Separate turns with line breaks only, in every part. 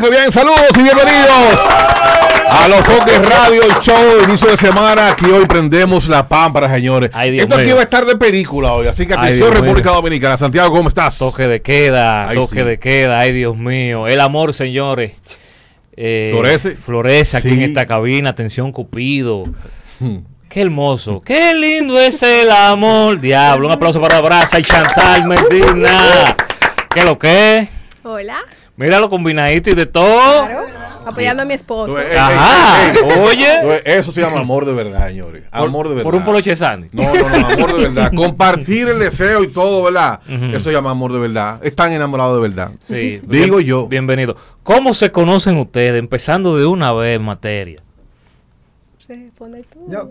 que bien, saludos y bienvenidos a los Hockey Radio el Show, inicio de semana. Aquí hoy prendemos la pámpara, señores.
Ay, Dios
Esto aquí
mío.
va a estar de película hoy, así que
Ay,
atención,
Dios
República Dominicana. Santiago, ¿cómo estás?
Toque de queda,
Ay,
toque
sí.
de queda, ay Dios mío. El amor, señores. Eh,
Florece.
Florece aquí
Sí.
en esta cabina. Atención, Cupido.
Hmm.
Qué hermoso. Qué lindo es el amor, diablo. Un aplauso para Brasa y Chantal Medina. ¿Qué lo que es?
Hola.
Míralo combinadito y de todo.
Claro. Apoyando a mi esposo.
Tú, eh,
Ajá,
ey, ey, ey.
oye.
Tú, eh, Eso se llama amor de verdad, señores. Amor de verdad.
Por un poloche sani.
No, no, no, amor de verdad. Compartir el deseo y todo, ¿verdad? Eso se llama amor de verdad. Están enamorados de verdad.
Sí.
Digo
Bien-
yo.
Bienvenido. ¿Cómo se conocen ustedes? Empezando de una vez en materia.
Se pone tú.
Yo.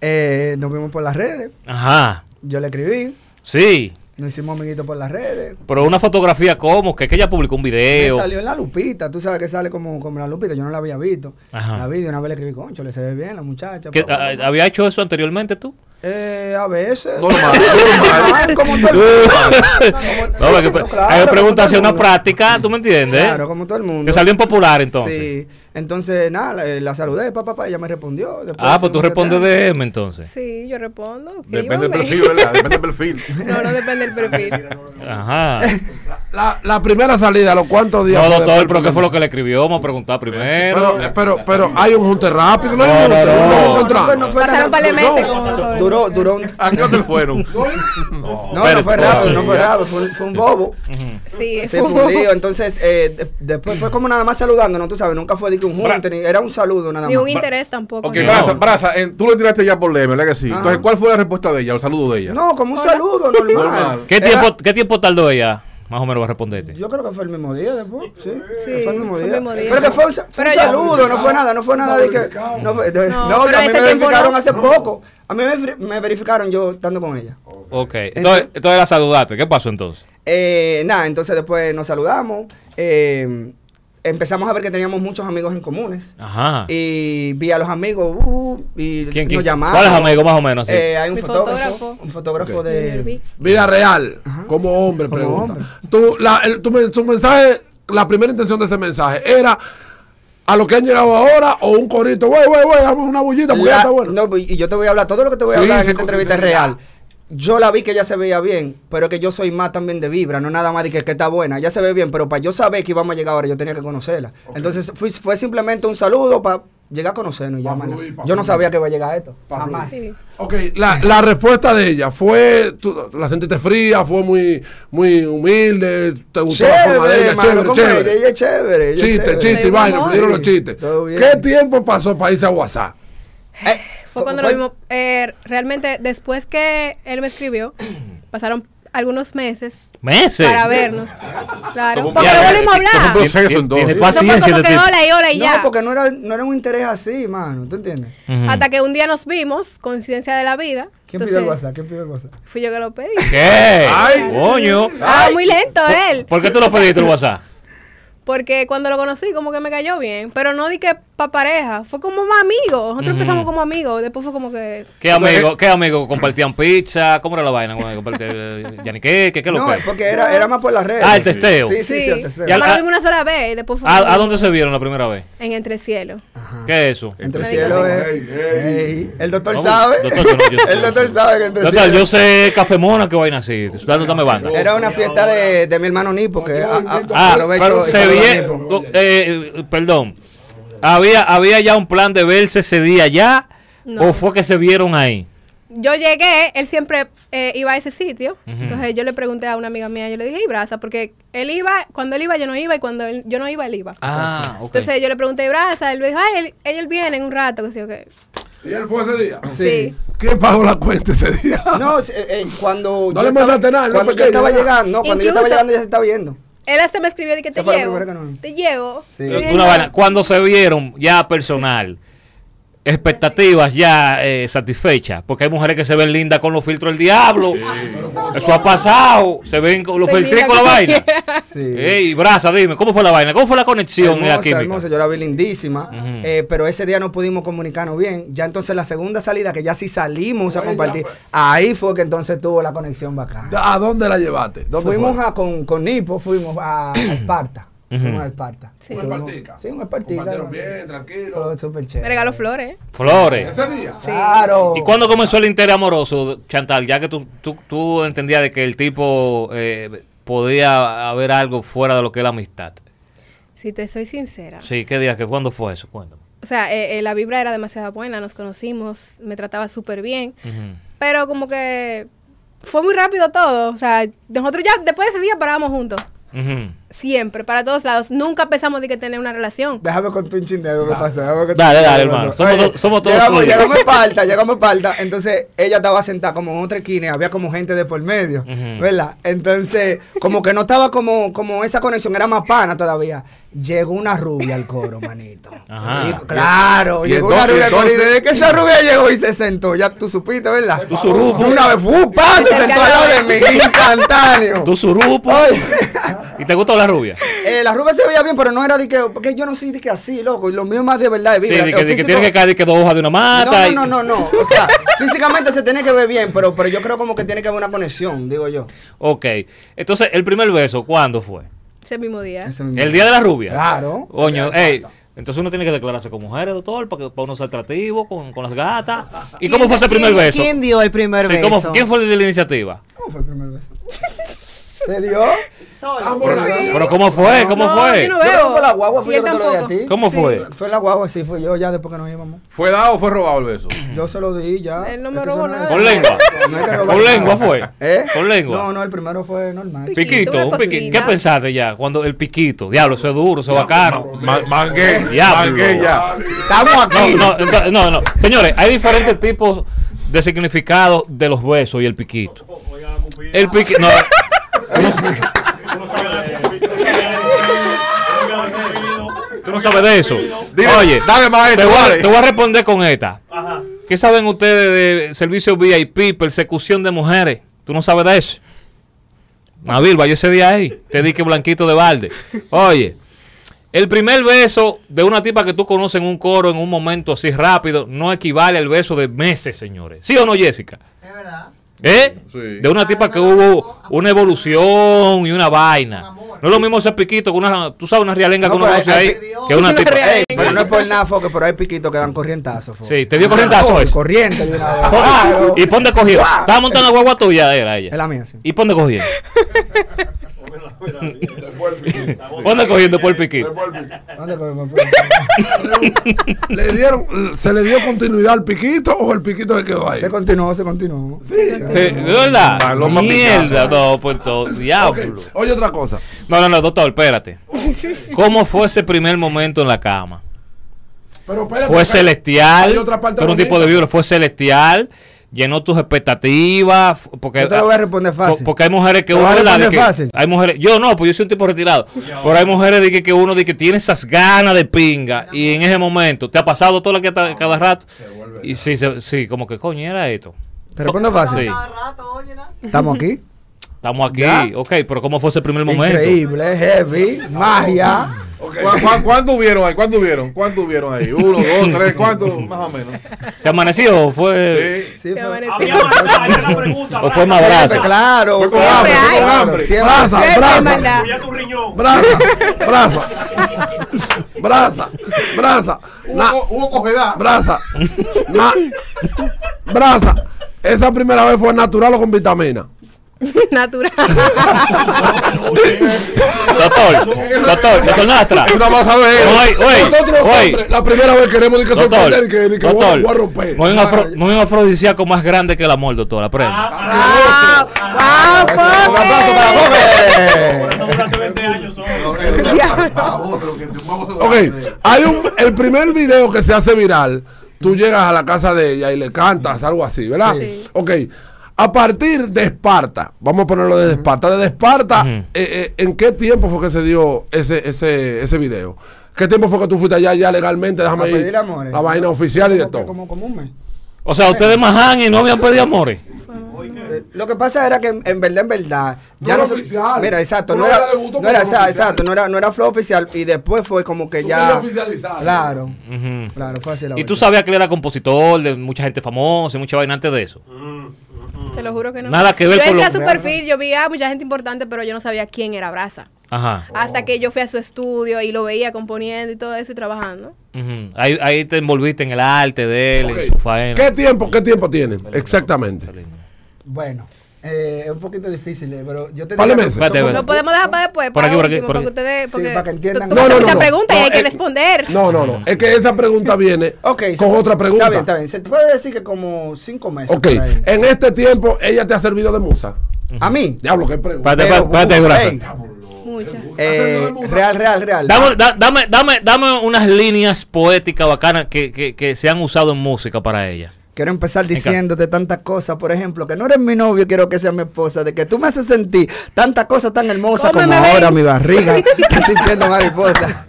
Eh, nos vimos por las redes.
Ajá.
Yo le escribí.
Sí.
Nos hicimos amiguitos por las redes.
Pero una fotografía como que, que ella publicó un
Me
video.
salió en la lupita. Tú sabes que sale como, como la lupita. Yo no la había visto.
Ajá. Ah,
La vi de una vez le escribí, concho, le se ve bien la muchacha.
¿Que,
bla, bla,
a-
bla".
¿Había hecho eso anteriormente tú?
Eh, a veces.
Normal, normal.
como todo el mundo.
No, porque pues, pre-
claro,
hay
como todo
preguntas
el
hacia una
mundo.
práctica, ¿tú me entiendes?
Claro, como todo el mundo.
Que salió en popular entonces.
Sí. Entonces, nada, la, la saludé, papá, papá, ella me respondió. Después
Ah, pues tú
hicimos
respondes
este
DM entonces.
Sí, yo respondo.
Depende del
escríbame.
perfil, ¿verdad? Depende del perfil.
No, no depende del perfil.
Ajá.
La, la primera salida, ¿a ¿los cuántos días?
No,
fue
doctor,
después?
pero ¿qué fue lo que le escribió? Vamos a preguntar primero.
Pero, pero, pero hay un junte rápido, no
No,
hay un junte,
no, no.
tema. No, no,
uno va a encontrar.
fue- no fue
Pasaron
tan-
par de meses.
no,
como todo el
Duró,
mundo.
duró un-
¿A qué hotel fueron?
No, no fue
Espérate,
rápido, no fue
todavía.
rápido, fue, un- fue un bobo.
Sí,
Se fundió, entonces eh, de- después fue como nada más saludándonos, tú sabes, nunca fue de que un
Bra-
junte, ni- era un saludo nada más.
Ni un interés tampoco.
Ok,
¿no?
Braza, Braza, eh, tú le tiraste ya por DM, ¿verdad que sí?
Ajá.
Entonces, ¿cuál fue la respuesta de ella, el saludo de ella?
No, como un
Hola.
saludo normal.
Normal.
¿Qué
Era-
tiempo, ¿Qué tiempo tardó ella? Más o menos va a responderte.
Yo creo que fue el mismo día después, sí.
Sí,
fue el mismo
fue el
día.
mismo día.
Pero que fue un, sa- fue
Pero
un
yo-
saludo, no fue nada, no fue nada de que... No, fue- de-
No,
no,
pero
que a mí
ese
me
tiempo
verificaron
no.
hace poco. A mí me, ver- me verificaron yo estando con ella.
Ok. Entonces, entonces la saludaste. ¿Qué pasó entonces?
Eh, nada, entonces después nos saludamos. eh, empezamos a ver que teníamos muchos amigos en comunes.
Ajá.
Y vi a los amigos uh, y
¿Quién, quién?
nos llamaron.
¿Cuáles amigos más o menos? sí?
Eh, hay un
Mi
fotógrafo,
fotógrafo.
Un fotógrafo
Sí,
de.
vi.
Vida real, como hombre,
Como
pregunta.
hombre.
Tu, la, el- tu men- su mensaje, la primera intención de ese mensaje era a lo que han llegado ahora o un corito, güey, güey, güey, dame una bullita porque ya
La-
está bueno.
no, y yo te voy a hablar, todo lo que te voy a
Sí,
hablar en
sí,
esta
con
entrevista es
sinceridad.
real. Yo la vi que ella se veía bien, pero que yo soy más también de vibra, no nada más de que, que está buena. Ella se ve bien, pero para yo saber que íbamos a llegar ahora, yo tenía que conocerla. Entonces fui- fue simplemente un saludo para llegar a conocernos. y ya,
Pa'
maná.
fluir, pa'
yo no
fluir.
sabía que iba a llegar a esto.
Pa' fluir.
Jamás.
Sí.
Ok, la, la respuesta de ella fue, tú- la sentiste fría, fue muy, muy humilde, te gustó la forma de
Chévere,
ella,
hermano,
chévere,
¿cómo
chévere.
es? Ella es chévere. ella es
Chiste,
chévere.
chiste, y
Sí,
vaina,
amor.
pidieron los chistes.
Todo bien.
¿Qué tiempo pasó para irse a WhatsApp?
Eh,
Fue cuando lo
¿cuál-
vimos. eh, realmente, después que él me escribió, pasaron algunos meses
Meses.
para vernos. Claro.
Como-
Porque
Ya,
no volvimos a
eh,
ya, ya,
hablar.
ya, ya, Proceso, entonces.
Tiene
No
No fue
paciencia
como
este
que
tipo.
hola y hola y
No,
ya.
porque no era, no era un interés así, mano. ¿Tú entiendes?
Ujú.
Hasta que un día nos vimos, coincidencia de la vida.
¿Quién
Entonces,
pidió el WhatsApp? ¿Quién pidió el WhatsApp?
Fui yo que lo pedí.
¿Qué?
Ay.
Coño.
Ah, muy lento él.
¿Por qué tú lo pediste el WhatsApp?
Porque cuando lo conocí, como que me cayó bien. Pero no di que pa' pareja. Fue como más amigos. Nosotros empezamos como amigos. Después fue como que.
¿Qué
eh,
amigos qué amigo compartían pizza? ¿Cómo era la vaina? Bueno, compartí- ¿Ya ni qué? ¿Qué, qué lo
No,
que?
es porque era, era más por las redes.
Ah, el testeo.
Sí, sí, sí, el testeo.
Y al-
Nos
a-
vimos una sola vez y después fue. como
¿A, a dónde se vieron la primera vez?
En Entrecielo.
¿Qué es eso?
Entre
Médico
cielo es. Ey, El doctor sabe.
Doctor, yo no- yo-
el doctor sabe que entre
Doctor,
cielo-
yo sé Café Mona, qué vaina así. Dame dame banda.
Era una fiesta de, de mi hermano Nipo. Que a- a-
Ah,
aprovecho
pero
y
se
saludo a
vieron.
Nipo.
eh, perdón. ¿Había, ¿Había ya un plan de verse ese día ya?
No.
¿O fue que se vieron ahí?
Yo llegué, él siempre eh, iba a ese sitio. Entonces yo le pregunté a una amiga mía, yo le dije, y brasa, porque él iba, cuando él iba yo no iba y cuando él- yo no iba él iba.
Ah, ok.
Entonces yo le pregunté, y brasa, él me dijo, ay, él, él viene en un rato. Que sí, ok.
¿Y él fue ese día?
Sí.
¿Quién pagó la cuenta ese día?
No, eh, eh, cuando.
No
yo
le
estaba-
mandaste nada, no,
Cuando yo
pequeño,
estaba
nada.
llegando. No, cuando yo estaba
Incluso-
llegando ya se estaba viendo.
Él hasta me escribió de que te
Esa fue la
llevo.
primera que no-
Te llevo.
Sí.
Y dije,
Una
"No".
vaina. Cuando se vieron ya personal, expectativas ya eh, satisfechas, porque hay mujeres que se ven lindas con los filtros del diablo. Eso ha pasado. Se ven con los
Soy
filtros
linda
con la
como
vaina.
quiera.
Sí.
Ey, Brasa, dime, ¿cómo fue la vaina? ¿Cómo fue la conexión y la
Hermosa,
química?
hermosa, yo la vi lindísima, eh, pero ese día no pudimos comunicarnos bien. Ya entonces la segunda salida, que ya sí salimos a compartir, ahí fue que entonces tuvo la conexión bacana.
¿A dónde la llevaste? ¿Dónde
Fuimos
fue?
a, con, con Nipo, fuimos a, a Esparta. Una esparta.
Sí.
Una espartica.
Sí, una espartica.
Compartieron bien, tranquilo.
Todo súper
Me
chévere.
regaló flores.
Flores.
Ese día.
Sí.
Claro.
¿Y cuándo comenzó el interés amoroso, Chantal? Ya que tú, tú, tú entendías de que el tipo eh, podía haber algo fuera de lo que es la amistad.
Si te soy sincera.
Sí, ¿qué día? ¿Que ¿Cuándo fue eso? Cuéntame.
O sea, eh, eh, la vibra era demasiado buena, nos conocimos, me trataba súper bien.
Ujú.
Pero como que fue muy rápido todo. O sea, nosotros ya después de ese día parábamos juntos.
Ujú.
Siempre, para todos lados. Nunca pensamos de que tener una relación.
Déjame con un chindedo que pasa. déjame contar
Dale,
un
dale,
chindedo
hermano.
que pasó.
Somos to- somos todos
Llegamos,
tuyos.
llegamos en palta, llegamos en palta. Entonces ella estaba sentada como en otra esquina. y Había como gente de por medio.
Ujú.
¿Verdad? Entonces, como que no estaba como, como esa conexión, era más pana todavía. Llegó una rubia al coro, manito.
Ajá.
Y- claro,
Y
llegó
entonces-
una rubia al coro. Y
entonces-
desde que esa rubia llegó y se sentó, ya tú supiste, ¿verdad?
Tú surupo.
Una vez, fue un paso, se sentó al lado de mí, instantáneo.
Tú surupo. ¿Y te gustó la rubia?
Eh, la rubia se veía bien, pero no era de que. Porque yo no soy de que así, loco. Y lo mío es más de verdad. De
Sí,
vibra.
de
Eh,
que, de que
físico-
tiene que caer de que dos hojas de una mata.
no, no, no, no, no. O sea, físicamente se tiene que ver bien, pero, pero yo creo como que tiene que haber una conexión, digo yo.
Ok. Entonces, el primer beso, ¿cuándo fue?
Ese mismo día.
Ese mismo.
El día de la rubia.
Claro.
Coño, ey. Entonces uno tiene que declararse con mujeres, doctor, para, que, para uno ser atractivo, con, con las gatas. ¿Y cómo fue ese primer
¿Quién-
beso?
¿Quién dio el primer
Sí, ¿cómo-
beso?
¿Quién fue el de la iniciativa?
¿Cómo fue el primer beso? ¿Se dio? Ah,
Ambos
Sí.
¿Pero cómo fue? ¿Cómo
No,
fue?
yo no
Yo creo que
veo.
fue la guagua,
Y
fui yo
él
que te lo di a ti.
tampoco.
¿Cómo
Sí.
fue?
Fue la guagua, sí, fui yo ya después que nos íbamos.
¿Fue dado o fue robado el beso?
Yo se lo di ya.
Él no
Es
me
que
robó
eso no
nada.
es-
Mm. ¿Con lengua?
No hay que robar
¿Con
nada.
lengua fue?
¿Eh?
¿Con lengua?
No, no, el primero fue normal.
Piquito,
Piquito,
una
un piquito. ¿Qué
cosita.
pensaste ya? Cuando el piquito, diablo, eso es duro, eso es bacano.
Ma- Mangué,
Eh, Diablo.
mangué ya.
Estamos aquí.
No, no, no, no. Señores, hay diferentes tipos de significado de los besos y el piquito. El piquito. No. Tú no sabes de eso.
Dile,
Oye,
dale
te
maestro,
voy, a,
dale.
te voy a responder con esta. ¿Qué saben ustedes de servicio VIP, persecución de mujeres? ¿Tú no sabes de eso? Nabil, vaya ese día ahí. Te di que blanquito de balde. Oye, el primer beso de una tipa que tú conoces en un coro en un momento así rápido no equivale al beso de meses, señores. ¿Sí o no, Jessica?
Es verdad. Ah,
¿Eh?
Sí.
De una tipa que hubo una evolución y una vaina. No es lo mismo ese piquito que una, tú sabes, una realenga
No,
que uno
pero hay-
conoce ahí,
hay-
que una
Una
tipa.
realenga.
Ey, pero no es por nada, foque, pero hay piquitos que dan corrientazos. foque.
Sí, te dio corrientazo
Ah,
eso.
Corriente de una vez.
Ah,
Claro.
y ponte cogido. Estaba montando la guagua tuya, era
Es
ella.
la mía, sí.
Y ponte cogiendo. Ponte cogiendo por el piquito.
¿Dónde
pues,
fue? ¿Fue- fue-
¿Le dieron, ¿Se le dio continuidad al piquito o el piquito se quedó ahí?
Se continuó, se continuó.
Sí, ¿De verdad?
Paloma
Mierda, no, pues todo, diablo.
Oye, otra cosa.
No, no, no, doctor, espérate. ¿Cómo fue ese primer momento en la cama?
Pero espérate,
Fue
espérate. Hay
celestial,
otra parte
pero un
bonita.
tipo de vibra, fue celestial, llenó tus expectativas, fu- porque,
Yo te lo voy a responder
po-
fácil.
porque hay mujeres que
Te lo voy a
¿verdad? de
responder
que-
fácil.
hay mujeres, yo no, pues yo soy un tipo retirado, pero hay mujeres de que, que uno de que tiene esas ganas de pinga y en ese momento te ha pasado todo lo que ta- cada rato y sí, se- sí, como que coño era esto.
Te respondo fácil.
Sí.
rato, oye, ¿no?
Estamos aquí.
Estamos aquí,
Ya.
ok, pero ¿cómo fue ese primer momento?
Increíble, heavy, magia.
¿Cu- cu- ¿Cuánto hubieron ahí? ¿Cuánto hubieron? ¿Cuánto hubieron ahí? Uno, dos, tres, ¿cuánto? Más o menos.
¿Se amaneció o fue,
Sí.
Sí,
Qué
fue-
bonito.
Había maldad, era la pregunta.
o fue un
Siempre,
abrazo?
claro.
Fue con
claro,
hambre,
fue con
claro,
hambre.
siempre.
Brasa,
Siempre hay
brasa,
maldad.
Cuya tu riñón.
brasa, brasa, brasa, brasa, na-
Hubo, hubo cogedad.
brasa, na- brasa. Esa primera vez fue natural o con vitamina.
Natural.
Doctor, doctor, doctor Nastra.
Tú nada más sabes eso.
Oye, oye,
Nosotros los
oye.
hombres, la primera vez queremos decir que
Doctor,
sorprender y que, di que voy a-
doctor,
voy a romper.
no hay un afro- no hay un afrodisíaco más grande que el amor, doctor. Aprenda.
¡Wow! ¡Wow,
Un aplauso para
Foque!
Bobe.
No duraste 20 años solo.
Ok, hay un, el primer video que se hace viral, tú llegas a la casa de ella y le cantas, algo así, ¿verdad?
Sí.
Ok, a partir de Esparta, vamos a ponerlo de Esparta, de Esparta,
Ujú.
eh, eh, ¿en qué tiempo fue que se dio ese, ese, ese video? ¿Qué tiempo fue que tú fuiste allá ya legalmente? Déjame
A
ir,
pedir amores.
La vaina oficial y de
Como que-
todo.
Como, como un mes.
O sea, ustedes majan y no habían pedido amores.
Eh, Lo que pasa era que en, en verdad, en verdad, ya
No
no,
era
se-
oficial.
Mira, exacto,
Uno
no era,
era de gusto,
no era,
pero pues, no
esa-
oficial.
exacto, no era, no era flow oficial y después fue como que
Tú
ya.
querías oficializar.
Claro,
Ujú.
claro, fue así la
Y tú
vaina.
Mm.
sabías que él era compositor de mucha gente famosa y mucha vaina antes de eso.
Te lo juro que no.
Mm. Nada que ver
yo
con
entré
lo-
a su perfil, yo vi a mucha gente importante, pero yo no sabía quién era Brasa.
Ajá.
Hasta que yo fui a su estudio y lo veía componiendo y todo eso y trabajando.
Ujú. ahí, ahí te envolviste en el arte de él, en su faena.
¿Qué tiempo, qué tiempo tienen? Exactamente.
Bueno, eh, es un poquito difícil, eh, pero yo te
Vale,
diría que
Mesa.
son
Espérate,
como-
Bueno.
Lo podemos dejar para después,
Por
para
aquí, por aquí,
último,
por aquí.
para que ustedes.
Sí,
porque
para que entiendan.
Tú, tú
No,
haces
no,
muchas
no.
preguntas y
No,
hay que
eh,
responder.
No, no, no. Es que esa pregunta viene
Ok, se
con
puede-
otra pregunta.
Está bien, está bien. Se puede decir que como cinco meses.
Ok,
por ahí.
en este tiempo ella te ha servido de musa.
A mí.
Diablo, qué pregunta.
Eh, Espérate,
Pero,
espérate,
uh,
Brasa.
ey,
Muchas.
pues,
eh, real, real, real.
Dame, da- dame, dame, dame unas líneas poéticas bacanas que, que, que se han usado en música para ella.
Quiero empezar
Venga.
diciéndote tantas cosas, por ejemplo, que no eres mi novio, quiero que seas mi esposa, de que tú me haces sentir tantas cosas tan hermosas como
Cómeme, ven.
ahora mi barriga está sintiendo mariposa.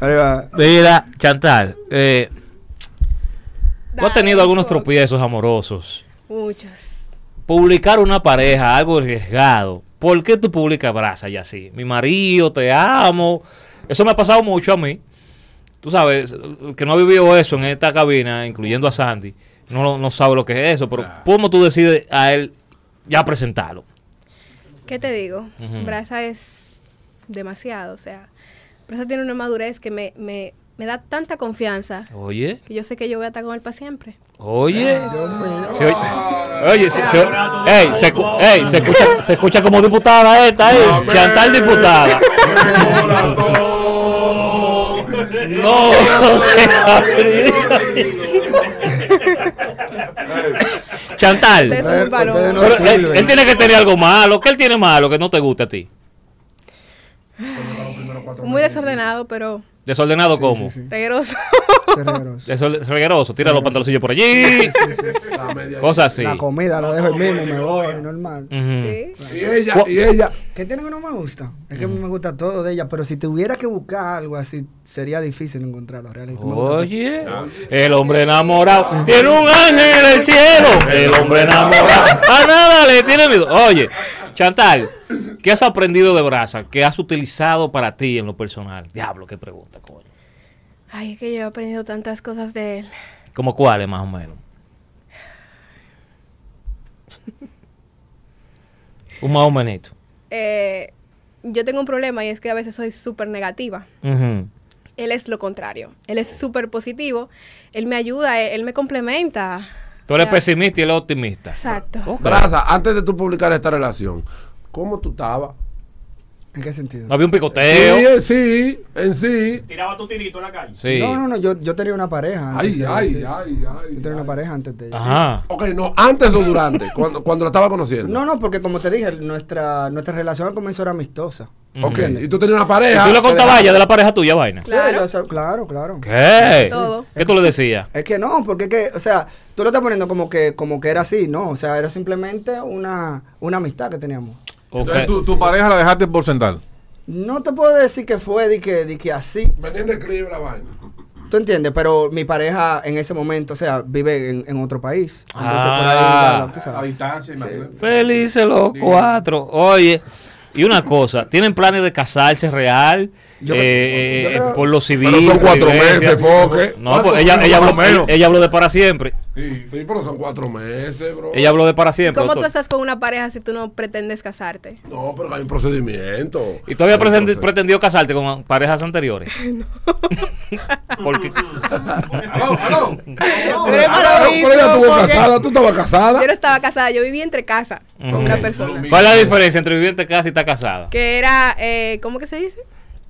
Arriba.
Mira, Chantal, eh, ¿tú has
Dale,
tenido algunos
por-
tropiezos amorosos?
Muchos.
Publicar una pareja, algo arriesgado. ¿Por qué tú publicas brasa y así? Mi marido, te amo. Eso me ha pasado mucho a mí. Tú sabes, el que no ha vivido eso en esta cabina, incluyendo a Sandy, no, lo- no sabe lo que es eso. Pero ¿cómo tú decides a él ya presentarlo?
¿Qué te digo?
Ujú.
Brasa es demasiado, o sea, Brasa tiene una madurez que me, me, me da tanta confianza
Oye,
que yo sé que yo voy a estar con él para siempre.
oye. Se oye, oye, se, se- ey, se escu- ey, se escucha, se escucha como diputada esta, eh. Chantal diputada. No, Chantal.
Ustedes son muy
Ustedes
varones.
no-
pero él, él tiene que tener algo malo. ¿Qué él tiene malo que no te gusta a ti?
Muy desordenado, pero
¿Desordenado cómo?
regueroso.
Terreros.
Desor- regueroso, tira los pantaloncillos por allí. Cosas así.
La comida la dejo el mismo, me voy, normal.
Ujú.
Sí.
Y ella, y ella.
¿Qué tiene que no me gusta? Es que a mí me gusta todo de ella, pero si tuviera que buscar algo así, sería difícil encontrarlo realmente. Me gusta
Oye, el hombre enamorado tiene un ángel en el cielo. El hombre enamorado a nada le tiene miedo. Oye, Chantal, ¿qué has aprendido de Brasa? ¿Qué has utilizado para ti en lo personal? Diablo, qué pregunta, coño.
Ay, es que yo he aprendido tantas cosas de él.
¿Como cuáles, más o menos? Un más o menos.
Eh, yo tengo un problema y es que a veces soy súper negativa.
Ujú.
Él es lo contrario. Él es súper positivo. Él me ayuda, eh, él, él me complementa.
Tú eres
O sea,
pesimista y él es optimista.
Exacto.
Ok.
Grasa, antes de tú publicar esta relación, ¿cómo tú estabas?
todo. ¿En qué sentido?
No había un
Sí,
picoteo.
en sí, en sí.
Tiraba tu tirito en la calle.
Sí.
No, no, no, yo, yo tenía una pareja. antes
Ay,
de- Ah, sí.
ay, ay,
Yo
ay.
tenía una pareja antes de ella.
Ajá.
Ok, no, antes o durante, cuando, cuando la estaba conociendo.
No, no, porque como te dije, nuestra, nuestra relación comenzó era amistosa.
Ok, y tú tenías una pareja.
¿Tú le contabas a
que
ella de la pareja tuya, vaina?
Sí,
Claro.
o sea, claro, claro.
¿Qué?
Todo.
¿Qué tú le decías?
Es que no, porque es que, o sea, tú lo estás poniendo como que, como que era así, no, o sea, era simplemente una, una amistad que teníamos.
Ok.
Entonces, tu, tu pareja la dejaste por sentar.
No te puedo decir que fue de que, de que así,
Venían de escribir la vaina.
tú entiendes, pero mi pareja en ese momento, o sea, vive en, en otro país. Entonces,
Ah.
por ahí, ya, tú sabes.
distancia, imagínate.
Felices los cuatro. Oye, y una cosa, ¿tienen planes de casarse real?
Yo-
Eh,
yo
eh,
creo-
por lo civil.
Pero son
por
cuatro
iglesia.
meses, Foque.
No,
Cuatro
pues ella,
meses,
ella,
más
habló,
o menos.
ella habló de para siempre.
Sí, sí, pero son cuatro meses, bro.
Ella habló de para
¿Y
siempre.
cómo tú
doctor.
estás con una pareja si tú no pretendes casarte?
No, pero hay un procedimiento.
¿Y tú habías
Hay un
presen-
proceso.
pretendido casarte con parejas anteriores? Porque
Aló, aló.
Pero es
Ah, no,
malísimo,
pero ella estuvo
porque
casada, tú estabas casada.
Yo no estaba casada, yo vivía entre casa con una
Ok.
persona.
¿Cuál es la diferencia entre vivirte casa y estar casada?
Que era, eh, ¿cómo que se dice?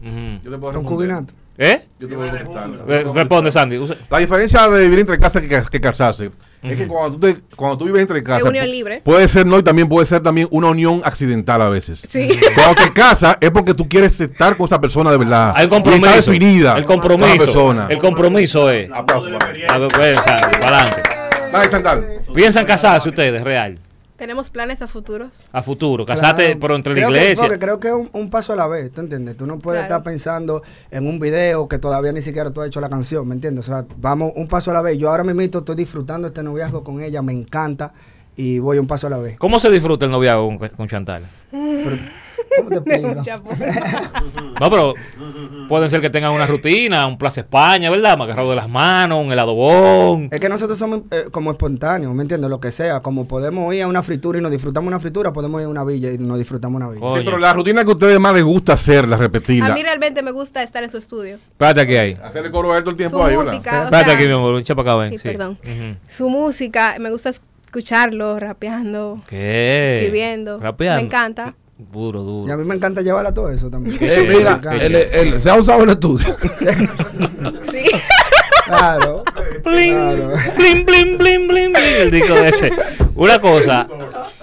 Ujú.
Yo te puedo responder.
Concubinato.
¿Eh?
Yo te voy a contestar.
Re- Responde, Sandy. Usa-
La diferencia de vivir entre casa que, ca- que casarse es que cuando tú, te- cuando tú vives entre casa,
unión
pu-
libre.
puede ser no y también puede ser también una unión accidental a veces.
Sí.
Cuando te casas es porque tú quieres estar con esa persona de verdad.
Hay un
Ah, Y está
compromiso.
definida.
El compromiso.
con la persona.
El compromiso es.
Aplauso. Dale,
A ver, pues, Sandy, para adelante.
Santal.
Piensan casarse ustedes, real,
Tenemos planes a futuros.
a futuro. Casate,
Claro.
pero entre la
Creo que-
iglesia.
porque creo que es un, un paso a la vez, ¿tú entiendes? Tú no puedes
Claro.
estar pensando en un video que todavía ni siquiera tú has hecho la canción, ¿me entiendes? O sea, vamos un paso a la vez. Yo ahora mismo estoy disfrutando este noviazgo con ella, me encanta y voy un paso a la vez.
¿Cómo se disfruta el noviazgo con, con Chantal?
¿Cómo te
de
explico?
mucha porra.
No, pero pueden ser que tengan una rutina, un Plaza España, ¿verdad? Macarrado de las manos, un helado bon.
Es que nosotros somos eh, como espontáneos, ¿me entiendes? Lo que sea, como podemos ir a una fritura y nos disfrutamos una fritura, podemos ir a una villa y nos disfrutamos una villa.
Coño.
Sí, pero la rutina que a ustedes más les gusta hacerla, repetirla.
A mí realmente me gusta estar en su estudio.
Espérate aquí ahí.
Hacerle coro a él todo el tiempo
Su
ahí,
música, o
Espérate
sea,
aquí, mi amor. Echa para acá, ven.
sí,
Sí,
perdón.
Ujú.
Su música, me gusta escucharlo, rapeando.
¿Qué?
Escribiendo.
Rapeando.
Me encanta.
Duro,
Y a
duro.
mí me encanta llevar a todo eso también.
Eh, mira,
Me encanta.
el- el- se ha usado el estudio.
Sí.
Claro.
Bling,
Claro.
bling, bling, bling, bling, bling, el disco de ese. Una cosa.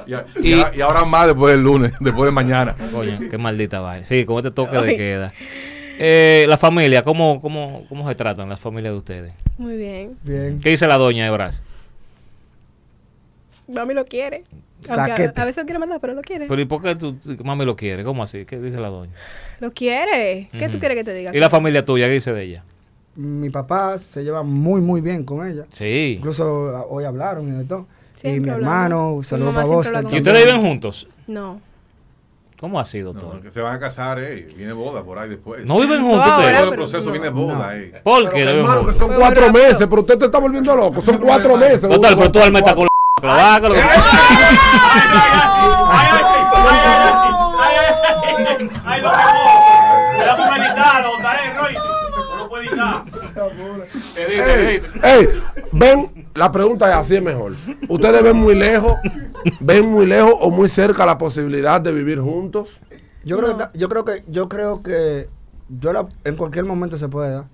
Y, y- y ahora más después del lunes, después de mañana.
Coño, qué maldita vaina. Sí, con este toque de queda. Eh, la familia, ¿cómo, cómo, ¿cómo se tratan las familias de ustedes?
Muy bien.
Bien.
¿Qué dice la doña de Brás?
Mami lo quiere. Aunque a-
Saquete.
a, veces lo quiere mandar, pero lo quiere.
Pero ¿y por qué tú, tú- mami lo quiere? ¿Cómo así? ¿Qué dice la doña?
Lo quiere. ¿Qué
Ujú.
tú quieres que te diga?
¿Y la familia tuya? ¿Qué dice de ella?
Mi papá se lleva muy, muy bien con ella.
Sí.
Incluso a- hoy hablaron y de todo. y mi
Siempre hablan.
hermano,
Mi
un saludo
mamá
para
siempre
vos.
habla con
¿Y
nosotros.
ustedes viven juntos?
No.
¿Cómo así, doctor?
se van a casar, eh. Viene boda por ahí después.
No viven juntos
No,
ustedes.
ahora-
Todo el proceso
pero-
viene boda, eh.
¿Por qué no viven
Hermano, que
juntos?
son
Pero
cuatro
rápido.
meses, pero usted te está volviendo loco. Son cuatro meses.
Total, pero tú al meta con la clavada, con lo que-
¡Ay, lo pegó! ¡Le damos una editada, lo botaré, Roy! ¡No lo puede editar!
Ey, ey, ven, la pregunta es así es mejor. ¿Ustedes ven muy lejos, ven muy lejos o muy cerca la posibilidad de vivir juntos?
Yo creo, que, ta- yo creo que, yo creo que yo la- en cualquier momento se puede dar.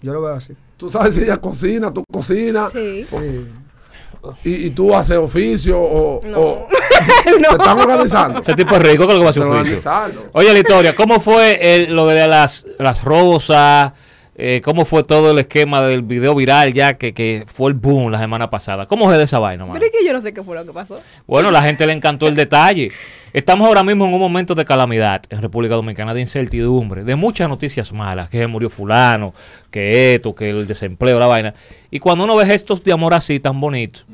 Yo lo veo así.
Tú sabes si ella cocina, tú cocinas
Sí.
Sí.
y, y tú haces oficio o, o- te están organizando.
Ese tipo es rico que lo que va a hacer
Están
un juicio.
organizando.
Oye, la historia, ¿cómo fue el- lo de las, las rosas? Eh, ¿Cómo fue todo el esquema del video viral ya que, que fue el boom la semana pasada? ¿Cómo es de esa vaina, mano?
Pero es que yo no sé qué fue lo que pasó.
Bueno, la gente le encantó el detalle. Estamos ahora mismo en un momento de calamidad en República Dominicana, de incertidumbre, de muchas noticias malas, que se murió fulano, que esto, que el desempleo, la vaina. Y cuando uno ve gestos de amor así tan bonitos,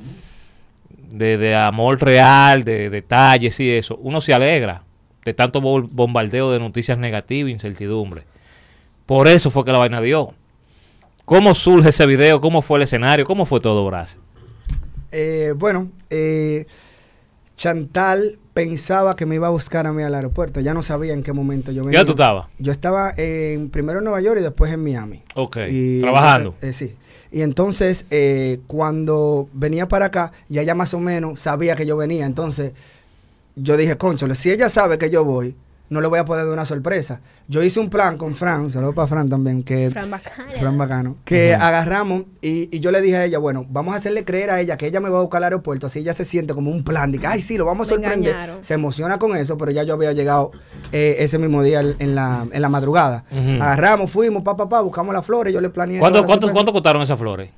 de, de amor real, de detalles y eso, uno se alegra de tanto bol- bombardeo de noticias negativas, incertidumbre. Por eso fue que la vaina dio. ¿Cómo surge ese video? ¿Cómo fue el escenario? ¿Cómo fue todo, Brás?
Eh, bueno, eh, Chantal pensaba que me iba a buscar a mí al aeropuerto. Ya no sabía en qué momento yo venía.
tú estabas?
Yo estaba en, primero en Nueva York y después en Miami.
Ok,
Y
trabajando.
entonces, eh, sí. Y entonces, eh, cuando venía para acá, ya ella más o menos sabía que yo venía. Entonces, yo dije, conchole, si ella sabe que yo voy, no le voy a poder dar una sorpresa. Yo hice un plan con Fran, un saludo para Fran también, que...
Fran Bacana.
Eh, Fran Bacano. Que agarramos y, y yo le dije a ella, bueno, vamos a hacerle creer a ella que ella me va a buscar al aeropuerto, así ella se siente como un plan, de que, ay, sí, lo vamos a
Me
sorprender.
engañaron.
Se emociona con eso, pero ya yo había llegado eh, ese mismo día en- en la, en la madrugada.
Ujú.
Agarramos, fuimos, pa, pa, pa, buscamos las flores, yo le planeé.
¿Cuánto,
toda la
cuánto,
sorpresa.
cuánto costaron esas flores?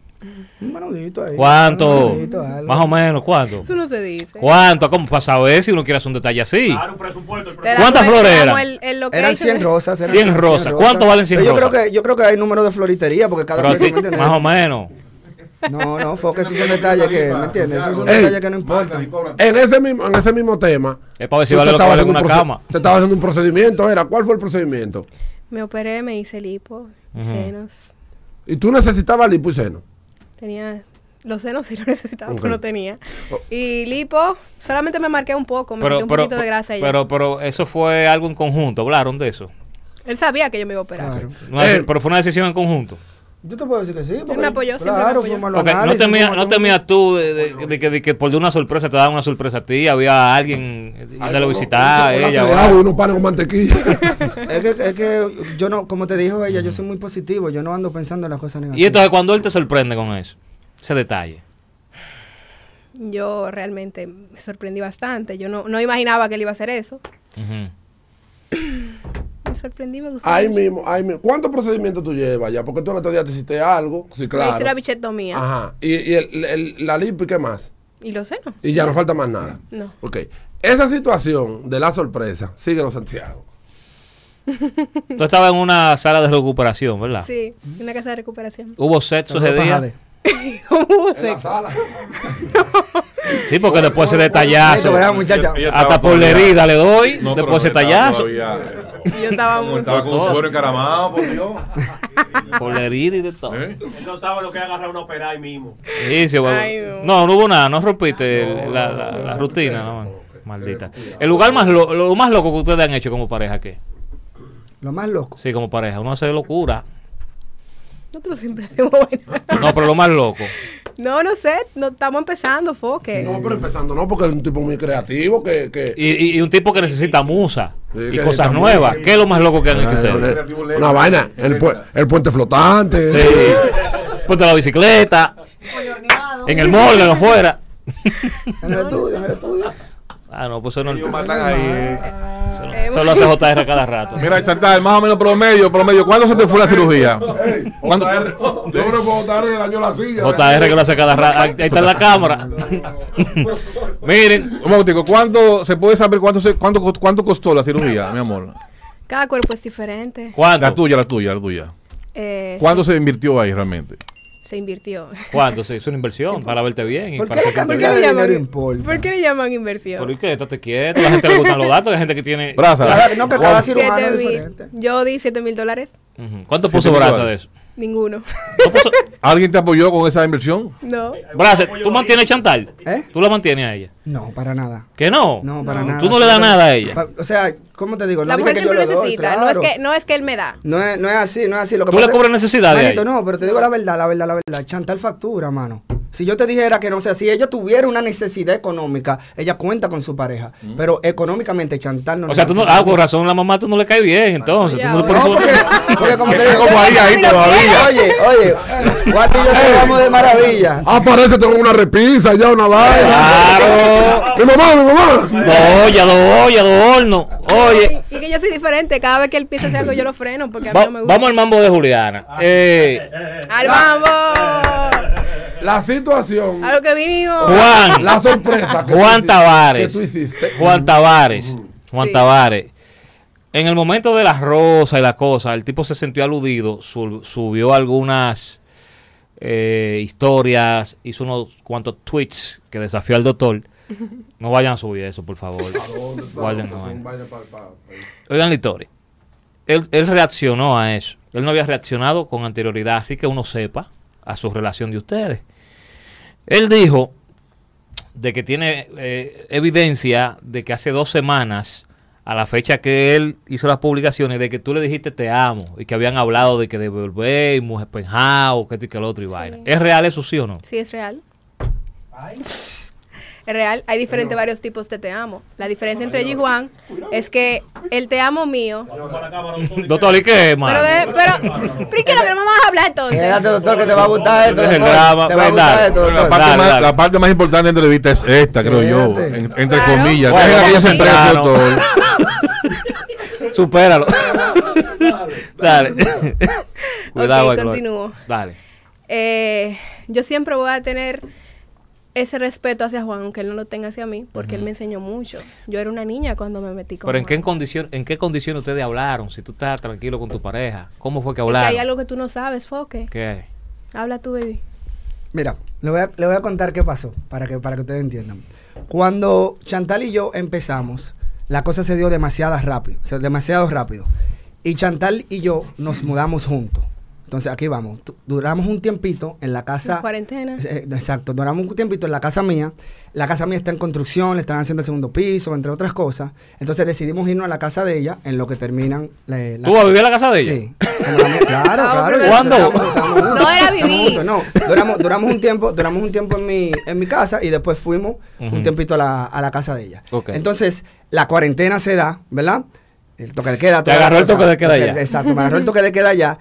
Un menudito ahí, un
¿Cuánto?
menudito, algo.
Más o menos, ¿cuánto?
Eso no se dice.
¿Cuánto? ¿Cómo? Para saber si uno quiere hacer un detalle así.
Claro, un presupuesto. el
Te
presupuesto.
damos
¿Cuántas
el-
flores
te damos
eran?
el- el location.
Eran 100 rosas. eran
100 rosas. ¿Cuánto valen 100
Pero yo
rosas?
Creo que, yo creo que hay número de floritería, porque cada
Pero
vez
ti-
me entiendes.
más o menos.
No, no, porque esos son detalles que, ¿me entiendes? Esos son
Ey.
detalles que no importan.
En ese mismo, en ese mismo tema.
Es para ver si
tú
vale
te
lo que
estabas
vale
haciendo
una
un proce-
cama.
Te estabas haciendo un procedimiento, era. ¿Cuál fue el procedimiento?
Me operé, me hice lipo,
Ujú.
senos.
Y tú necesitabas lipo y seno.
Tenía. Los senos sí lo necesitaba,
Ok.
pero no tenía. Y lipo, solamente me marqué un poco, me metí un poquito de grasa y ya.
Oh. pero, pero eso fue algo en conjunto, hablaron de eso.
Él sabía que yo me iba a operar.
Claro.
No es-
Eh.
pero fue una decisión en conjunto.
Yo te puedo decir que sí. porque-
me apoyó, siempre me
Claro,
apoyó.
fuimos a los
Ok, no
análisis,
temías
fuimos a
no
todo.
temías tú de, de- de que, de que por de una sorpresa te daban una sorpresa a ti, había alguien eh, yéndole a visitar a ella. o
Y
algo.
unos panes con mantequilla.
Es que, es que yo no, como te dijo ella, yo soy muy positivo, yo no ando pensando en las cosas negativas.
Y entonces cuando él te sorprende con eso, ese detalle.
Yo realmente me sorprendí bastante. Yo no, no imaginaba que él iba a hacer eso.
Ujú.
Me sorprendí, me gustó.
ahí
mucho.
mismo, ahí mismo. ¿Cuántos procedimientos tú llevas ya? Porque tú el otro día te hiciste algo. Sí, claro.
Me hice la bichectomía
Ajá. Y, y el- el- la lipo y qué más.
y los senos.
Y ya no falta más nada.
No.
Ok. Esa situación de la sorpresa, síguenos Santiago.
Tú estabas en una sala de recuperación,
Ah.
¿verdad?
Sí, una casa de recuperación.
Hubo sexo ese
Saludos para
día.
Jade.
Hubo
En la
sexo.
sala.
Sí, porque después se
Esto,
detallazo.
¿verdad, muchacha?
Ella estaba
Hasta por la
todavía-
herida le doy,
No, pero
después se
estaba
tallazo.
todavía-
Yo estaba
Como
muy...
estaba con un suero encaramado, por Dios.
Por la herida y de todo.
¿Eh?
Él no sabe lo que es agarrar un opera ahí mismo.
Sí, sí, huevo.
Ay, no.
no, no hubo nada, Ah, no rompiste el- la, la- la rutina, no, maldita. El lugar más lo, lo más loco que ustedes han hecho como pareja, ¿qué?
Lo más loco.
Sí, como pareja, uno hace locura.
Nosotros siempre hacemos buena.
No, pero lo más loco.
No, no sé, no estamos empezando, foque.
No, pero empezando no, porque es un tipo muy creativo que... que
Y, y- y un tipo que necesita musa
Sí,
y
que
cosas
necesita
nuevas.
musa.
¿Qué es lo más loco que han hecho
Ay,
ustedes?
una, Eh, una vaina, el, pue- el puente flotante.
Sí. Ponte la bicicleta,
Coyorneado.
en el molde, afuera.
En el estudio, en el estudio.
Ah, no, pues eso no.
Ellos matan ahí. eh.
Eso lo hace JR cada rato.
Mira, Chantal, más o menos promedio, promedio. ¿Cuándo se te fue la cirugía?
Ey,
¿Cuándo?
JR, yo creo que JR le dañó la silla.
JR que lo hace cada rato. Ahí ahí está la cámara. Miren.
Un momentico, ¿cuánto se puede saber cuánto, se- cuánto, cost- cuánto costó la cirugía, mi amor?
Cada cuerpo es diferente.
La
¿Cuánto?
tuya, la tuya, la tuya.
Eh,
¿Cuánto se invirtió ahí realmente?
se invirtió.
¿Cuánto? Sí, es una inversión para verte bien. Y
¿Por
para
qué le
sentirte
cambió
bien.
la- El dinero importa.
¿Por qué le llaman
Pero ¿y
inversión?
qué? Estate quieto. A la gente le gustan los datos. Hay gente que tiene.
Braza.
Cada- no, que cada cirujano
Siete
es
mil.
diferente.
Yo di 7 mil dólares.
Ujú. ¿Cuánto
Sí,
puso
sí,
Braza
claro.
de eso?
Ninguno.
¿No puso-
¿Alguien te apoyó con esa inversión?
No.
Braza, ¿tú mantienes a Chantal?
¿Eh?
¿Tú la mantienes a ella?
No, para nada.
¿Que no?
No, para
Tú
nada.
Tú no le das nada a ella.
Pa- O sea, ¿cómo te digo?
La
dije
mujer
que yo
siempre
le doy,
necesita.
claro.
No, es que, no es que él me da.
No es, no es así, no es así. Lo que
¿Tú le
pasa es-
cobras necesidades
Manito,
ahí?
no, pero te digo la verdad, la verdad, la verdad. Chantal factura, mano. Si yo te dijera que no sé, si ella tuviera una necesidad económica, ella cuenta con su pareja.
Mm.
Pero económicamente Chantal no
O sea, tú no.
necesita.
Ah, con razón, la mamá tú no le cae bien, entonces. Tú no,
Ya,
por
No,
eso-
porque, porque como te
Está
digo,
como ahí, ahí todavía.
Oye, oye, Guati y yo te vamos de maravilla.
Ah,
Aparece, Ah, tengo una repisa, ya una vaina.
Claro.
Mi mamá, mi mamá.
No, ya lo ya lo horno. Oye,
Y, y que yo soy diferente. Cada vez que él piensa hacer algo, yo lo freno porque a mí
va-
no me gusta.
vamos al mambo de Juliana. Eh,
¡Al mambo!
La situación,
A lo que vinimos.
Juan,
la sorpresa que,
Juan
tú, hici- que
Tavares.
tú hiciste.
Juan Tavares. Juan
Sí.
Tavares. En el momento de las rosas y la cosa, el tipo se sintió aludido, su- subió algunas eh, historias, hizo unos cuantos tweets que desafió al doctor. No vayan a subir eso, por favor. Guarden, no vayan. Oigan la historia. Él, él reaccionó a eso. Él no había reaccionado con anterioridad, así que uno sepa a su relación de ustedes. Él dijo de que tiene eh, evidencia de que hace dos semanas, a la fecha que él hizo las publicaciones, de que tú le dijiste te amo y que habían hablado de que de volver y mujer penjao, que esto y que lo otro y vaina. ¿Es real eso, sí o no?
Sí, es real. Es real. Hay diferentes varios tipos de te amo. La diferencia entre ella y Juan es que el te amo mío.
Para la cámara, doctor.
Doctor, ¿y qué, mano?
Pero, de, pero, pero ¿y qué es lo que no vamos a hablar
Quédate,
entonces?
doctor, que te va a gustar esto.
Es el
doctor.
drama,
Te va a
pues,
gustar
dale.
esto,
Pero la,
doctor.
parte
Dale,
más,
dale.
la parte más importante de la entrevista es esta, creo yo.
Fíjate.
en- entre
Claro.
comillas.
Bueno,
Dejen que ella se
vamos,
entregue,
claro.
doctor.
Supéralo. Dale. Cuidado,
Ok,
Gloria.
continúo.
Dale.
Eh, yo siempre voy a tener ese respeto hacia Juan, aunque él no lo tenga hacia mí, porque él me enseñó mucho. Yo era una niña cuando me metí con
Pero en
Juan.
qué condición, en qué condición ustedes hablaron, si tú estás tranquilo con tu pareja, ¿cómo fue que
Es que
hablaron?
hay algo que tú no sabes, Foque.
¿Qué?
Habla tú, baby.
Mira, le voy, a, le voy a contar qué pasó para que, para que ustedes entiendan. Cuando Chantal y yo empezamos, la cosa se dio demasiado rápido, o sea, demasiado rápido. Y Chantal y yo nos mudamos juntos. Entonces aquí vamos, tu- duramos un tiempito en la casa.
En cuarentena.
Eh, Exacto, duramos un tiempito en la casa mía. La casa mía está en construcción, le están haciendo el segundo piso, entre otras cosas. Entonces decidimos irnos a la casa de ella en lo que terminan la, la-
¿Tú vas a vivir en la casa de ella?
Sí. Como la mía, Claro,
Vamos
claro.
primero.
¿Cuándo?
Estamos- estamos juntos,
No era
estamos
vivir.
juntos, no, duramos, duramos un tiempo, duramos un tiempo en mi, en mi casa y después fuimos
Ujú.
un tiempito a la, a la casa de ella.
Ok.
Entonces, la cuarentena se da, ¿verdad? El toque de queda.
Te
todas las
agarró el
cosas.
toque de queda ya.
Exacto, me agarró el toque de queda ya.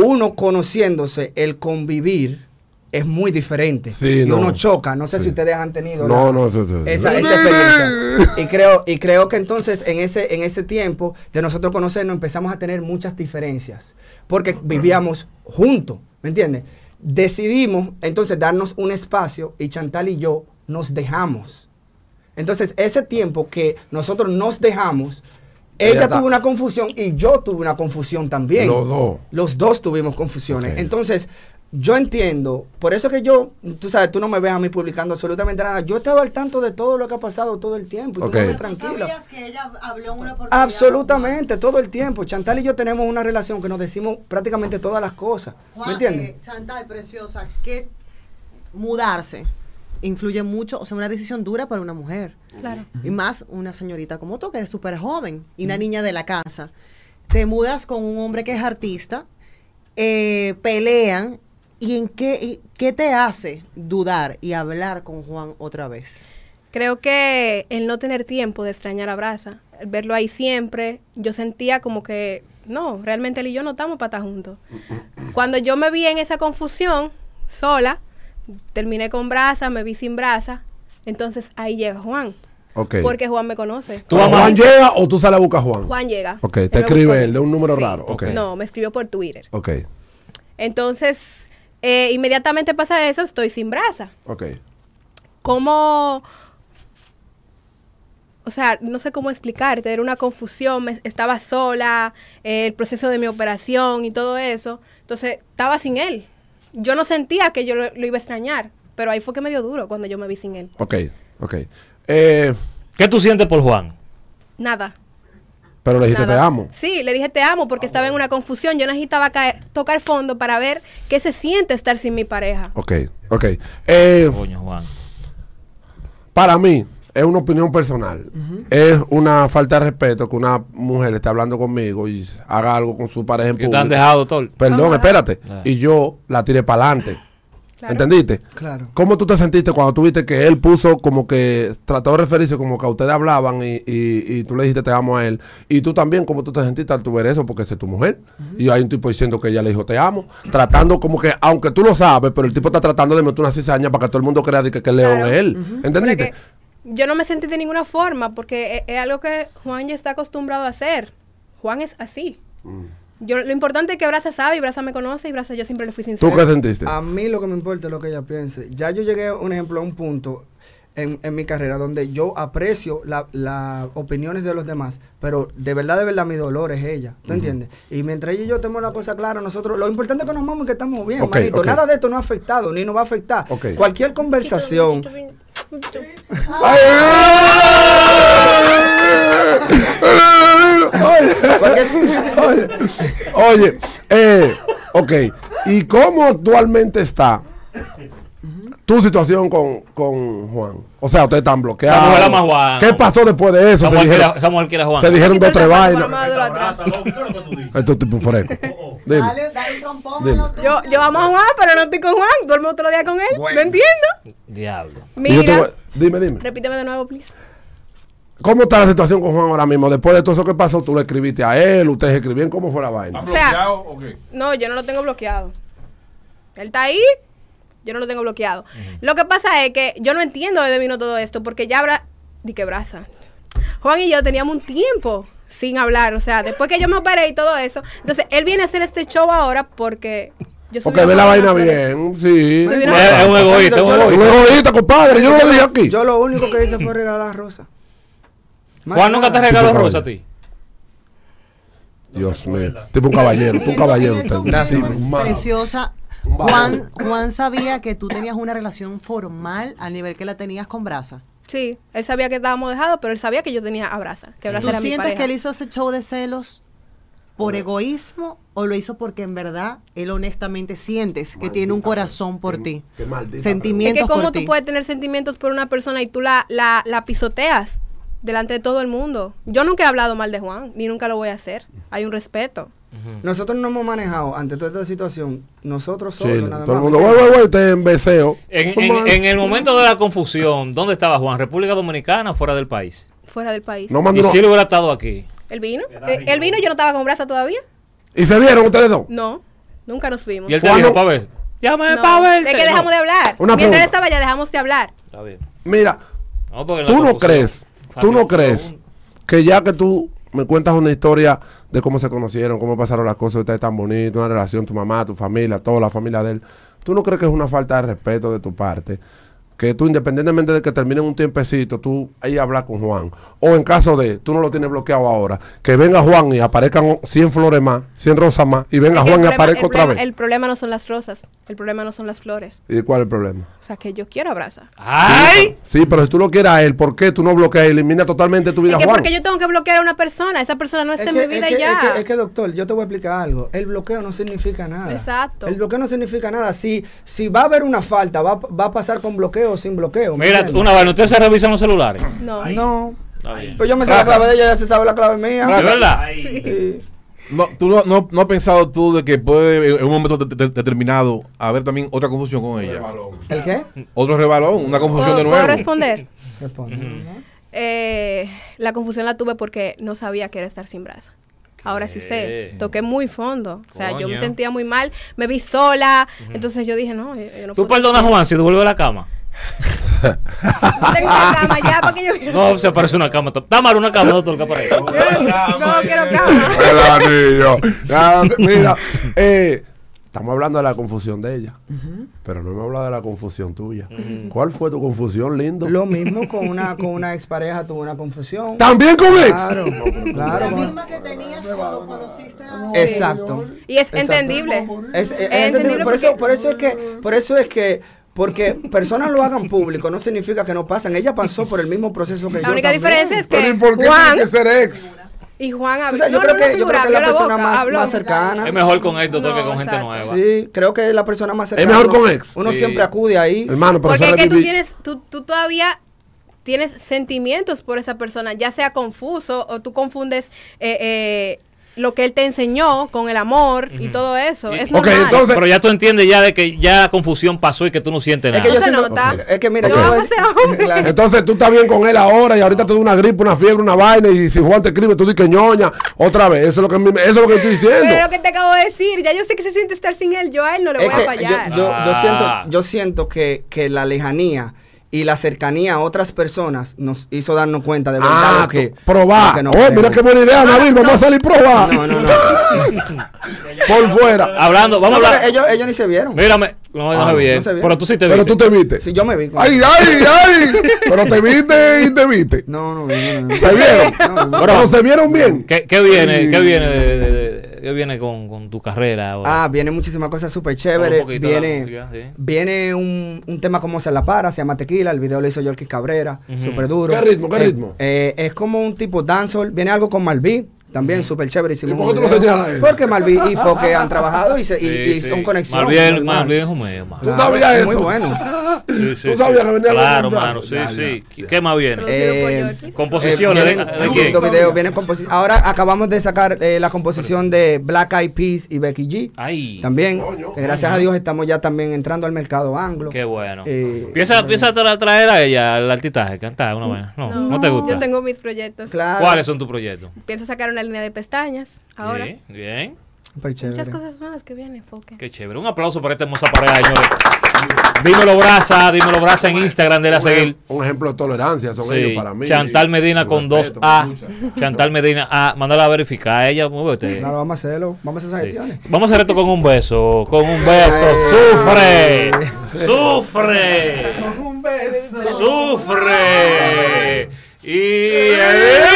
Uno conociéndose, el convivir es muy diferente.
Sí,
y
no.
uno choca. No sé
Sí.
si ustedes han tenido
No,
la-
no, eso- eso-
esa, esa experiencia. Y creo, y creo que entonces en ese, en ese tiempo de nosotros conocernos empezamos a tener muchas diferencias porque vivíamos juntos, ¿me entiendes? Decidimos entonces darnos un espacio y Chantal y yo nos dejamos. Entonces ese tiempo que nosotros nos dejamos,
Ella
ella
está-
tuvo una confusión y yo tuve una confusión también.
Los dos.
Los dos tuvimos confusiones.
Ok.
Entonces, yo entiendo, por eso que yo, tú sabes, tú no me ves a mí publicando absolutamente nada. Yo he estado al tanto de todo lo que ha pasado todo el tiempo. y
Ok.
Tú no me
¿Tú
tranquila.
sabías que ella habló en una oportunidad?
Absolutamente, todo el tiempo. Chantal y yo tenemos una relación que nos decimos prácticamente todas las cosas.
Juan,
¿Me entiendes?
eh, Chantal, preciosa, que mudarse influye mucho, o sea, una decisión dura para una mujer.
Claro.
Y más una señorita como tú, que eres súper joven y una niña de la casa. Te mudas con un hombre que es artista, eh, pelean. ¿Y en qué, y qué te hace dudar y hablar con Juan otra vez?
Creo que el no tener tiempo de extrañar a Brasa, el verlo ahí siempre, yo sentía como que no, realmente él y yo no estamos para estar juntos. Cuando yo me vi en esa confusión, sola, terminé con Brasa, me vi sin Brasa, entonces ahí llega Juan,
Ok.
porque Juan me conoce.
¿Tú a Juan llega o tú sales a buscar a Juan?
Juan llega.
Ok, te
Él me
escribe
buscó.
él de un número raro, ok.
No, me escribió por Twitter.
Ok,
Entonces, eh, inmediatamente pasa eso, estoy sin Brasa.
ok.
cómo, o sea, no sé cómo explicarte, era una confusión, me- estaba sola, eh, el proceso de mi operación y todo eso, entonces estaba sin él. Yo no sentía que yo lo, lo iba a extrañar, pero ahí fue que me dio duro cuando yo me vi sin él.
Ok, ok. Eh,
¿Qué tú sientes por Juan?
Nada.
pero le dijiste
nada.
te amo.
Sí, le dije te amo porque estaba en una confusión, yo necesitaba caer- tocar fondo para ver qué se siente estar sin mi pareja.
Ok, ok. Eh,
Coño, Juan.
para mí, es una opinión personal. Es una falta de respeto que una mujer esté hablando conmigo y haga algo con su pareja en
Y te han
público.
dejado todo.
Perdón,
Ajá.
espérate.
Claro.
Y yo la tiré para adelante.
Claro.
¿Entendiste?
Claro.
¿Cómo tú te sentiste cuando tuviste que él puso como que trató de referirse como que a ustedes hablaban y, y- y tú le dijiste te amo a él? Y tú también, ¿cómo tú te sentiste al tu ver eso? Porque esa es tu mujer. Y hay un tipo diciendo que ella le dijo te amo. Tratando como que, aunque tú lo sabes, pero el tipo está tratando de meter una cizaña para que todo el mundo crea de que, que León
Claro.
es él. ¿Entendiste?
Porque yo no me sentí de ninguna forma porque e, es, es algo que Juan ya está acostumbrado a hacer. Juan es así.
Mm.
Yo, lo importante es que Brasa sabe y Brasa me conoce y Brasa yo siempre le fui
¿Tú
sincera.
qué sentiste?
A mí lo que me importa es lo que ella piense. Ya yo llegué, un ejemplo, a un punto en, en mi carrera donde yo aprecio las opiniones de los demás, pero de verdad, de verdad, mi dolor es ella. ¿Tú entiendes? Y mientras ella y yo tenemos la cosa clara, nosotros, lo importante es que nos amamos y que estamos bien,
Ok,
manito.
ok.
Nada de esto nos ha afectado, ni nos va a afectar.
Ok.
Cualquier conversación. cualquier-
Oye, oye, eh, ok. ¿Y cómo actualmente está tu situación con, con Juan? O sea, ustedes están bloqueados.
Esa mujer ama a Juan.
¿Qué pasó después de eso?
Esa
Se
mujer
dijeron,
quiere- esa mujer quiere a Juan.
se dijeron dos o
Quita
tres
el zapato,
vainas.
mamá.
Vete
Maduro
a
atrás.
brazo, loco, ¿qué es lo que tú dices?
Esto es tipo fresco. Dime.
Dale, dale un trompón
Dime.
al otro.
Yo, yo amo a Juan, pero no estoy con Juan. Duermo otro día con él. No entiendo.
Diablo.
Y yo te
Mira,
voy- dime, dime.
repíteme de nuevo, please.
¿Cómo está la situación con Juan ahora mismo? Después de todo eso que pasó, tú le escribiste a él, ustedes escribían, ¿cómo fue la vaina?
¿Está
O sea-
bloqueado o qué?
No, yo no lo tengo bloqueado. Él está ahí, yo no lo tengo bloqueado. Lo que pasa es que yo no entiendo de dónde vino todo esto, porque ya habrá. Di que brasa. Juan y yo teníamos un tiempo sin hablar, o sea, después que yo me operé y todo eso. Entonces, él viene a hacer este show ahora porque. Yo subí
Porque ve
una
la
vaina
vaina
sobre-
bien, sí.
Soy
Es
una-
Es, es un egoísta, es un
un
egoísta.
egoísta, compadre, yo no lo dije aquí.
Yo lo único que hice fue regalar rosa. Más
Juan nunca te
nada.
regaló rosa a ti.
Dios mío. Tipo un caballero,
En
tipo un
eso-
caballero.
en eso
usted.
mismo
Sí,
es
un mano.
preciosa.
vago.
Juan, Juan sabía que tú tenías una relación formal al nivel que la tenías con Brasa.
Sí, él sabía que estábamos dejados, pero él sabía que yo tenía a Brasa, que Brasa
¿Tú
era mi
sientes
pareja.
que él hizo ese show de celos por egoísmo o lo hizo porque en verdad él honestamente sientes que tiene un
Maldita
corazón
pregunta.
por
Qué-
ti?
qué maldita
Es
Sentimientos
que cómo
por
tú
ti.
puedes tener sentimientos por una persona y tú la, la, la pisoteas delante de todo el mundo. Yo nunca he hablado mal de Juan, ni nunca lo voy a hacer. Hay un respeto.
Nosotros no hemos manejado ante toda esta situación, nosotros solos,
Chile,
nada
todo el
más.
mundo, güey, güey, güey, usted en beseo.
En, en- en el momento de la confusión, ¿dónde estaba Juan? ¿República Dominicana o fuera del país?
fuera del país.
No
Y
mandó.
si él hubiera estado aquí.
¿El vino? Eh, ¿El vino? Yo no estaba con brasa todavía.
¿Y se vieron ustedes dos?
No, nunca nos vimos.
Y él te
Juan
dijo,
no-
pa' ver. Llámame
No,
pa' verte.
Es que dejamos
No.
de hablar.
Una
Mientras
pregunta.
él estaba ya dejamos de hablar.
Está bien.
Mira,
No, porque la
tú no
confusión-
crees, tú no
Fácil,
crees que ya que tú me cuentas una historia de cómo se conocieron, cómo pasaron las cosas, ustedes tan bonitos, una relación, tu mamá, tu familia, toda la familia de él, tú no crees que es una falta de respeto de tu parte que tú independientemente de que terminen un tiempecito, tú ahí hablas con Juan. O en caso de, tú no lo tienes bloqueado ahora, que venga Juan y aparezcan 100 flores más, 100 rosas más, y venga
El
Juan y
problema-
aparezca
el
otra
problema-
vez.
El problema no son las rosas, el problema no son las flores.
¿Y cuál es el problema?
O sea, que yo quiero abrazar.
¡Ay!
Sí, pero si tú lo quieres a él, ¿por qué tú no bloqueas y elimina totalmente tu
Es
vida a
que
Juan?
porque yo tengo que bloquear a una persona, esa persona no está Pues en
que-
mi vida
es
y
que-
ya.
Es que, es que, doctor, yo te voy a explicar algo. El bloqueo no significa nada.
Exacto.
El bloqueo no significa nada. Si, si va a haber una falta, va, va a pasar con bloqueo o sin bloqueo. ¿me
Mira,
entiendes?
una vez, ¿ustedes se revisan los celulares?
no.
No.
Está bien.
Pues yo me sé la clave de ella, ya se sabe la clave mía.
¿De verdad?
Sí.
No, tú no, no, no has pensado tú de que puede en un momento de- de- determinado haber también otra confusión con ella.
¿El qué?
Otro rebalón, una confusión
¿Puedo,
de
puedo
nuevo.
responder?
Responde.
Eh, la confusión la tuve porque no sabía que era estar sin brasa. Ahora sí sé,
¿Qué?
toqué muy fondo. O sea, yo me
Coño.
sentía muy mal, me vi sola. Entonces yo dije, no, yo, yo no
¿Tú
puedo.
perdonas a Juan si devuelve la cama?
No tengo una cama ya porque yo.
No, se aparece una cama. Está mal una cama, doctor, que aparece.
no quiero cama.
El anillo. Ya, mira, eh, estamos hablando de la confusión de ella, pero no hemos hablado de la confusión tuya. ¿Cuál fue tu confusión, lindo?
Lo mismo con una, con una expareja, tuvo una confusión.
También con ex.
Claro,
La
claro.
misma que tenías cuando conociste a...
Exacto.
Y es
Exacto.
entendible.
Es, es- es
Eh,
entendible.
entendible
Por eso,
porque-
por eso es que, por eso es que, porque personas lo hagan público no significa que no pasan. Ella pasó por el mismo proceso que yo.
La única
también.
diferencia es que
Pero ¿y por qué
Juan
tiene que ser ex?
y Juan
O
habló.
sea, yo,
no,
creo
no, no
que, yo
figura,
creo que es la
abrió la
persona
boca,
más,
habló.
más cercana.
Es mejor con esto doctor, que con
No,
gente
exacto.
nueva.
Sí, creo que es la persona más cercana.
mejor
Uno-
con ex.
Uno
Sí.
siempre acude ahí.
Hermano, pero
Porque
eso
es que tú
reviví-
tienes, tú, tú todavía tienes sentimientos por esa persona, ya sea confuso o tú confundes eh, eh, lo que él te enseñó con el amor y todo eso.
Y-
Es
Ok,
normal.
entonces-
Pero ya tú entiendes ya de que ya la confusión pasó y que tú no sientes
Es
nada.
que yo
No se
siento-
nota.
Es que mira,
Yo
yo
amo
voy a-
ese hombre.
Claro.
Entonces tú estás bien con él ahora y ahorita te da una gripe, una fiebre, una vaina y si Juan te escribe tú dices que ñoña otra vez. Eso es lo que, a mí me- eso es lo que estoy diciendo.
Pero lo que te acabo de decir, ya yo sé que se siente estar sin él, yo a él no le
Es
voy a
que yo,
fallar.
yo- yo
Ah.
siento, yo siento que, que la lejanía y la cercanía a otras personas nos hizo darnos cuenta de verdad
ah,
lo que
probar.
lo que nos
oh, mira
queremos.
qué buena
Ah,
idea, Nabil. Vamos a salir
Ah.
probar.
No, Ah, no, no.
Por fuera.
Hablando, vamos
No,
a
pero
hablar.
ellos, ellos ni se vieron.
Mírame. No, no,
Ah,
se ve bien.
no se ve.
Pero tú sí te
Pero
viste.
tú te viste.
Sí, yo me vi. con-
¡Ay, ay, ay! Pero te viste y te viste.
No, no, no, no, no.
¿Se vieron?
No, no.
Pero se vieron bien.
¿Qué, qué viene, qué viene, de- de- de- qué viene con, con tu carrera ahora?
Ah, viene muchísimas cosas súper
Habla
chéveres.
un poquito de la
Viene,
música, sí.
viene un, un tema como Se la para, se llama Tequila. El video lo hizo Yorkis Cabrera, súper duro.
¿Qué ritmo, qué
Eh,
ritmo?
eh, es como un tipo dancehall. Viene algo con Malví, también súper chévere. hicimos
¿Y por
un
qué tú lo
video.
señalas a él?
Porque Malví y Foque han trabajado y, se- y-
Sí,
y
sí.
son conexiones.
Más bien,
normal.
más bien, hijo mío, más.
¿Tú sabías
es
eso?
Muy bueno.
Sí, sí,
tú sabías
sí.
que venía
Claro,
algo en
mano,
brazos.
sí,
Ya,
sí. ¿Qué más viene?
Producido por
eh,
Yorkis.
Composiciones.
Eh,
¿de-
vienen
¿De quién?
los videos, vienen composi- Ahora acabamos de sacar eh, la composición de Black Eyed Peas y Becky G.
Ay,
También,
Coño.
que gracias a Dios estamos ya también entrando al mercado anglo.
qué bueno.
Eh,
Piensa, piensa tra- traer a ella al artitaje, cantar una vez. No, no, te gusta.
Mm, Yo tengo mis proyectos.
Claro.
¿Cuáles son tus proyectos?
Pienso sacar una línea de pestañas ahora.
Bien, bien.
Súper chévere.
Muchas cosas nuevas que vienen, Foque.
Qué chévere. Un aplauso para esta hermosa pareja, señores. Dímelo Brasa, dímelo Brasa en Instagram, de la
Un ejem-
seguir.
Un ejemplo de tolerancia son
Sí,
ellos para mí.
Chantal Medina
Yo
con dos
respeto,
A.
mucha.
Chantal Medina A. Mándala a verificar a ella. muévete.
Claro, vamos a hacerlo. Vamos a hacer
Sí.
gestiones.
Vamos a hacer esto con un beso. Con un beso.
Eh.
¡Sufre!
Eh.
¡Sufre! ¡Sufre! Y.